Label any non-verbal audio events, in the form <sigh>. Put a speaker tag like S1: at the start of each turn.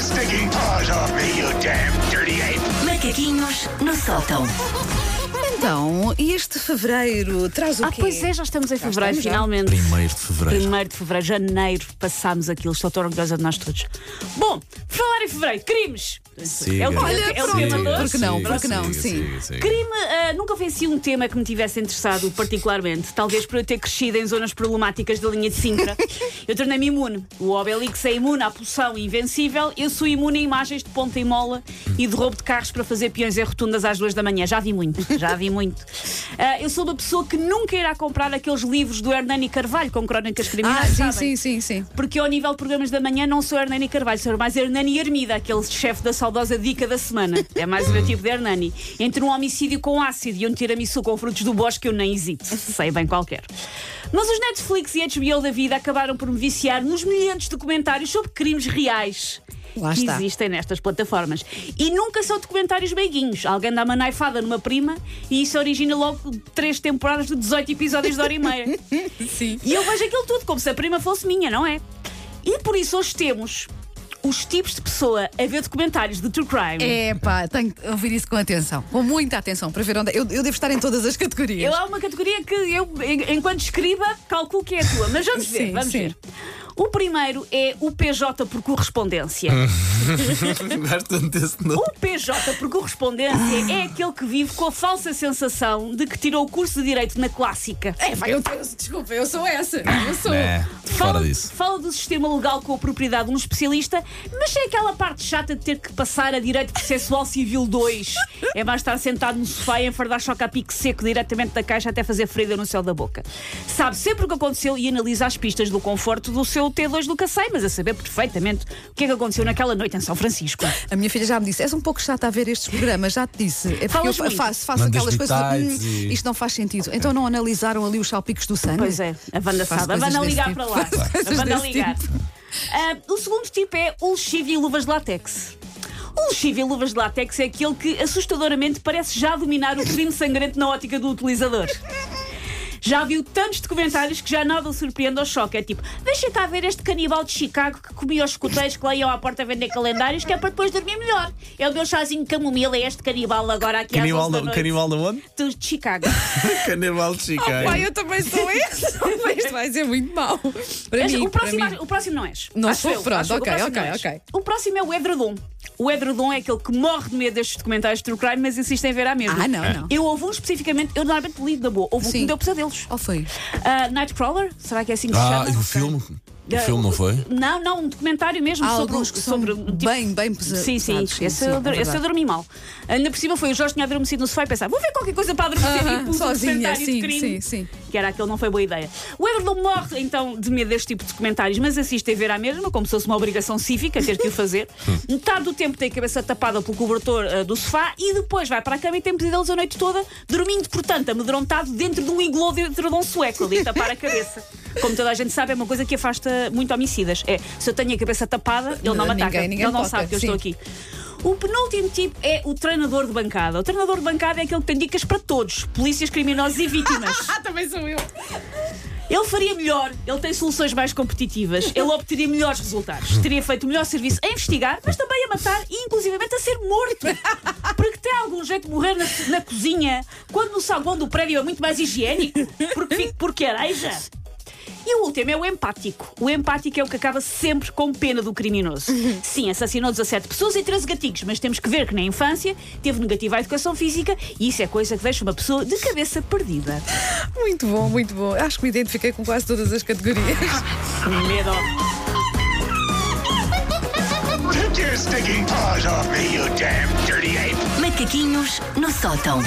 S1: stinking paws off me, you damn dirty ape!
S2: Macaquinhos no sótão.
S3: Então, e este fevereiro traz o
S4: Ah,
S3: quê?
S4: pois é, já estamos em fevereiro,
S3: estamos, já.
S4: finalmente.
S5: Primeiro de fevereiro.
S4: 1 de fevereiro, janeiro, passámos aquilo. Estou tão orgulhosa de nós todos. Bom, falar em fevereiro, crimes.
S5: Siga.
S4: É o tema,
S3: Olha,
S4: é o
S3: pronto,
S4: tema
S3: Sim,
S4: de hoje.
S3: porque não, porque não, sim.
S5: siga, siga.
S4: Crime, ah, nunca venci um tema que me tivesse interessado particularmente. Talvez por eu ter crescido em zonas problemáticas da linha
S3: <laughs>
S4: de Sintra. eu tornei-me imune. O Obelix é imune à pulsão invencível. Eu sou imune a imagens de ponta e mola e de roubo de carros para fazer peões em rotundas às duas da manhã. Já vi muito, já vi muito.
S3: <laughs>
S4: Ah, eu sou uma pessoa que nunca irá comprar aqueles livros do Hernani Carvalho com crónicas criminais.
S3: Ah, sim,
S4: sabem?
S3: sim, sim, sim.
S4: Porque eu, ao nível de programas da manhã, não sou Hernani Carvalho, sou mais Hernani Ermida, aquele chefe da saudosa dica da semana. É mais o meu tipo de Hernani. Entre um homicídio com ácido e um tiramisu com frutos do bosque, eu nem hesito. Sei bem qualquer. Mas os Netflix e HBO da vida acabaram por me viciar nos milhantes documentários sobre crimes reais.
S3: Lá
S4: que
S3: está.
S4: existem nestas plataformas. E nunca são documentários beiguinhos. Alguém dá uma naifada numa prima e isso origina logo três temporadas de 18 episódios de hora e meia.
S3: Sim.
S4: E eu vejo aquilo tudo como se a prima fosse minha, não é? E por isso hoje temos os tipos de pessoa a ver documentários de true crime.
S3: É pá, tenho que ouvir isso com atenção, com muita atenção, para ver onde. é. Eu, eu devo estar em todas as categorias.
S4: Eu há uma categoria que eu, en- enquanto escriba, calculo que é a tua, mas vamos ver,
S3: <laughs> Sim,
S4: vamos
S3: sim.
S4: ver. O primeiro é o PJ por correspondência.
S5: <laughs> Gosto tanto desse nome.
S4: O PJ por correspondência é aquele que vive com a falsa sensação de que tirou o curso de Direito na clássica.
S3: É, vai, eu tenho, desculpa, eu sou essa. Eu sou.
S5: É, fora
S4: Fala,
S5: disso.
S4: fala do sistema legal com a propriedade de um especialista, mas é aquela parte chata de ter que passar a Direito Processual Civil 2. É mais estar sentado no sofá e enfardar choque a pique seco diretamente da caixa até fazer ferida no céu da boca. Sabe sempre o que aconteceu e analisa as pistas do conforto do seu T2 do Cacém, mas a saber perfeitamente o que é que aconteceu naquela noite em São Francisco.
S3: A minha filha já me disse, és um pouco chata a ver estes programas, já te disse. É porque eu
S4: Falas
S3: fa-
S4: muito.
S3: faço, faço
S5: Mandas
S3: aquelas coisas. de, "Hum,
S5: detalhes e-
S3: isto não faz sentido. Então não analisaram ali os salpicos do sangue?
S4: Pois é, a Wanda
S3: Faço
S4: sabe. A
S3: coisas
S4: Wanda
S3: desse
S4: ligar
S3: tipo.
S4: para lá.
S3: Faço
S4: A
S3: coisas
S4: Wanda
S3: desse
S4: ligar.
S3: tipo.
S4: Ah, o segundo tipo é o lexívio e luvas de látex. O lexívio e luvas de látex é aquele que assustadoramente parece já dominar o crime sangrento na ótica do utilizador. Já viu tantos documentários que já nada o surpreende ou choque. É tipo, deixa cá ver este canibal de Chicago que comia os escuteiros que lá iam à porta vender calendários, que é para depois dormir melhor. É o meu chazinho de camomila, é este canibal agora aqui às
S5: Canibal
S4: 11 da
S5: da,
S4: noite.
S5: canibal
S4: <laughs>
S5: da onde?
S4: Do- de Chicago.
S5: Canibal de Chicago.
S3: Pai, eu também sou essa. <laughs> Isto vai ser muito mau. Para
S4: Este-
S3: mim,
S4: o, próximo,
S3: para mim.
S4: acho- o próximo não és.
S3: Não
S4: Acho
S3: sou?
S4: eu,
S3: Pronto,
S4: acho eu,
S3: ok,
S4: o próximo
S3: ok,
S4: não és.
S3: ok.
S4: O próximo é o Edredom. O Edredom é aquele que morre de medo destes documentários de true crime, mas insiste em ver à mesma.
S3: Ah, não, não.
S4: Eu houve um especificamente, eu normalmente lido da boa, houve um que
S3: Sim.
S4: me deu pesadelos.
S3: Ou foi?
S4: Ah, Nightcrawler, será que é assim que se
S5: Ah,
S4: chama?
S5: e o filme? O
S4: Ah,
S5: filme não foi?
S4: Não, não, um documentário mesmo
S3: Há
S4: sobre,
S3: alguns que são
S4: sobre um tipo-
S3: bem, bem pesa-
S4: Sim, sim,
S3: pesados, tipo sim,
S4: esse,
S3: sim,
S4: eu,
S3: é
S4: esse eu
S3: verdade.
S4: dormi mal. Ainda por cima foi o Jorge tinha adormecido no sofá e pensava, vou ver qualquer coisa para adormecer
S3: Aham,
S4: tipo um
S3: Ah, sozinha,
S4: documentário de
S3: sim,
S4: crime.
S3: sim, sim.
S4: Que era aquele, não foi boa ideia. O Everton morre então de medo deste tipo de documentários, mas assiste a ver à mesma, como se fosse uma obrigação cívica ter que o fazer. Metade do tempo tem a cabeça tapada pelo cobertor ah, do sofá e depois vai para a cama e tem pesadelos a noite toda, dormindo, portanto, amedrontado dentro de um iglô dentro de um sueco, ali a tapar a cabeça. Como toda a gente sabe, é uma coisa que afasta muito homicidas. É, se eu tenho a cabeça tapada, ele não me
S3: Ninguém-
S4: ataca.
S3: ninguém
S4: ele não
S3: toca,
S4: sabe que eu
S3: sim.
S4: estou aqui aqui. O penúltimo tipo é o treinador de bancada. O treinador de bancada é aquele que tem dicas para todos: polícias, criminosos e vítimas.
S3: Ah, também sou eu.
S4: Ele faria melhor, ele tem soluções mais competitivas, ele obteria melhores resultados, teria feito o melhor serviço a investigar, mas também a matar e, inclusivamente, a ser morto. Porque tem algum jeito de morrer na, na cozinha, quando no saguão do prédio é muito mais higiênico, porque, fica- porque areja. E o último é o empático. O empático é o que acaba sempre com pena do criminoso. Sim, assassinou 17 pessoas e 13 gatinhos, mas temos que ver que na infância teve negativa à educação física e isso é coisa que deixa uma pessoa de cabeça perdida.
S3: Muito bom, muito bom. Acho que me identifiquei com quase todas as categorias.
S4: Medo.
S1: Take your stinking paws off me, you damn dirty ape!
S2: Macaquinhos no sótão.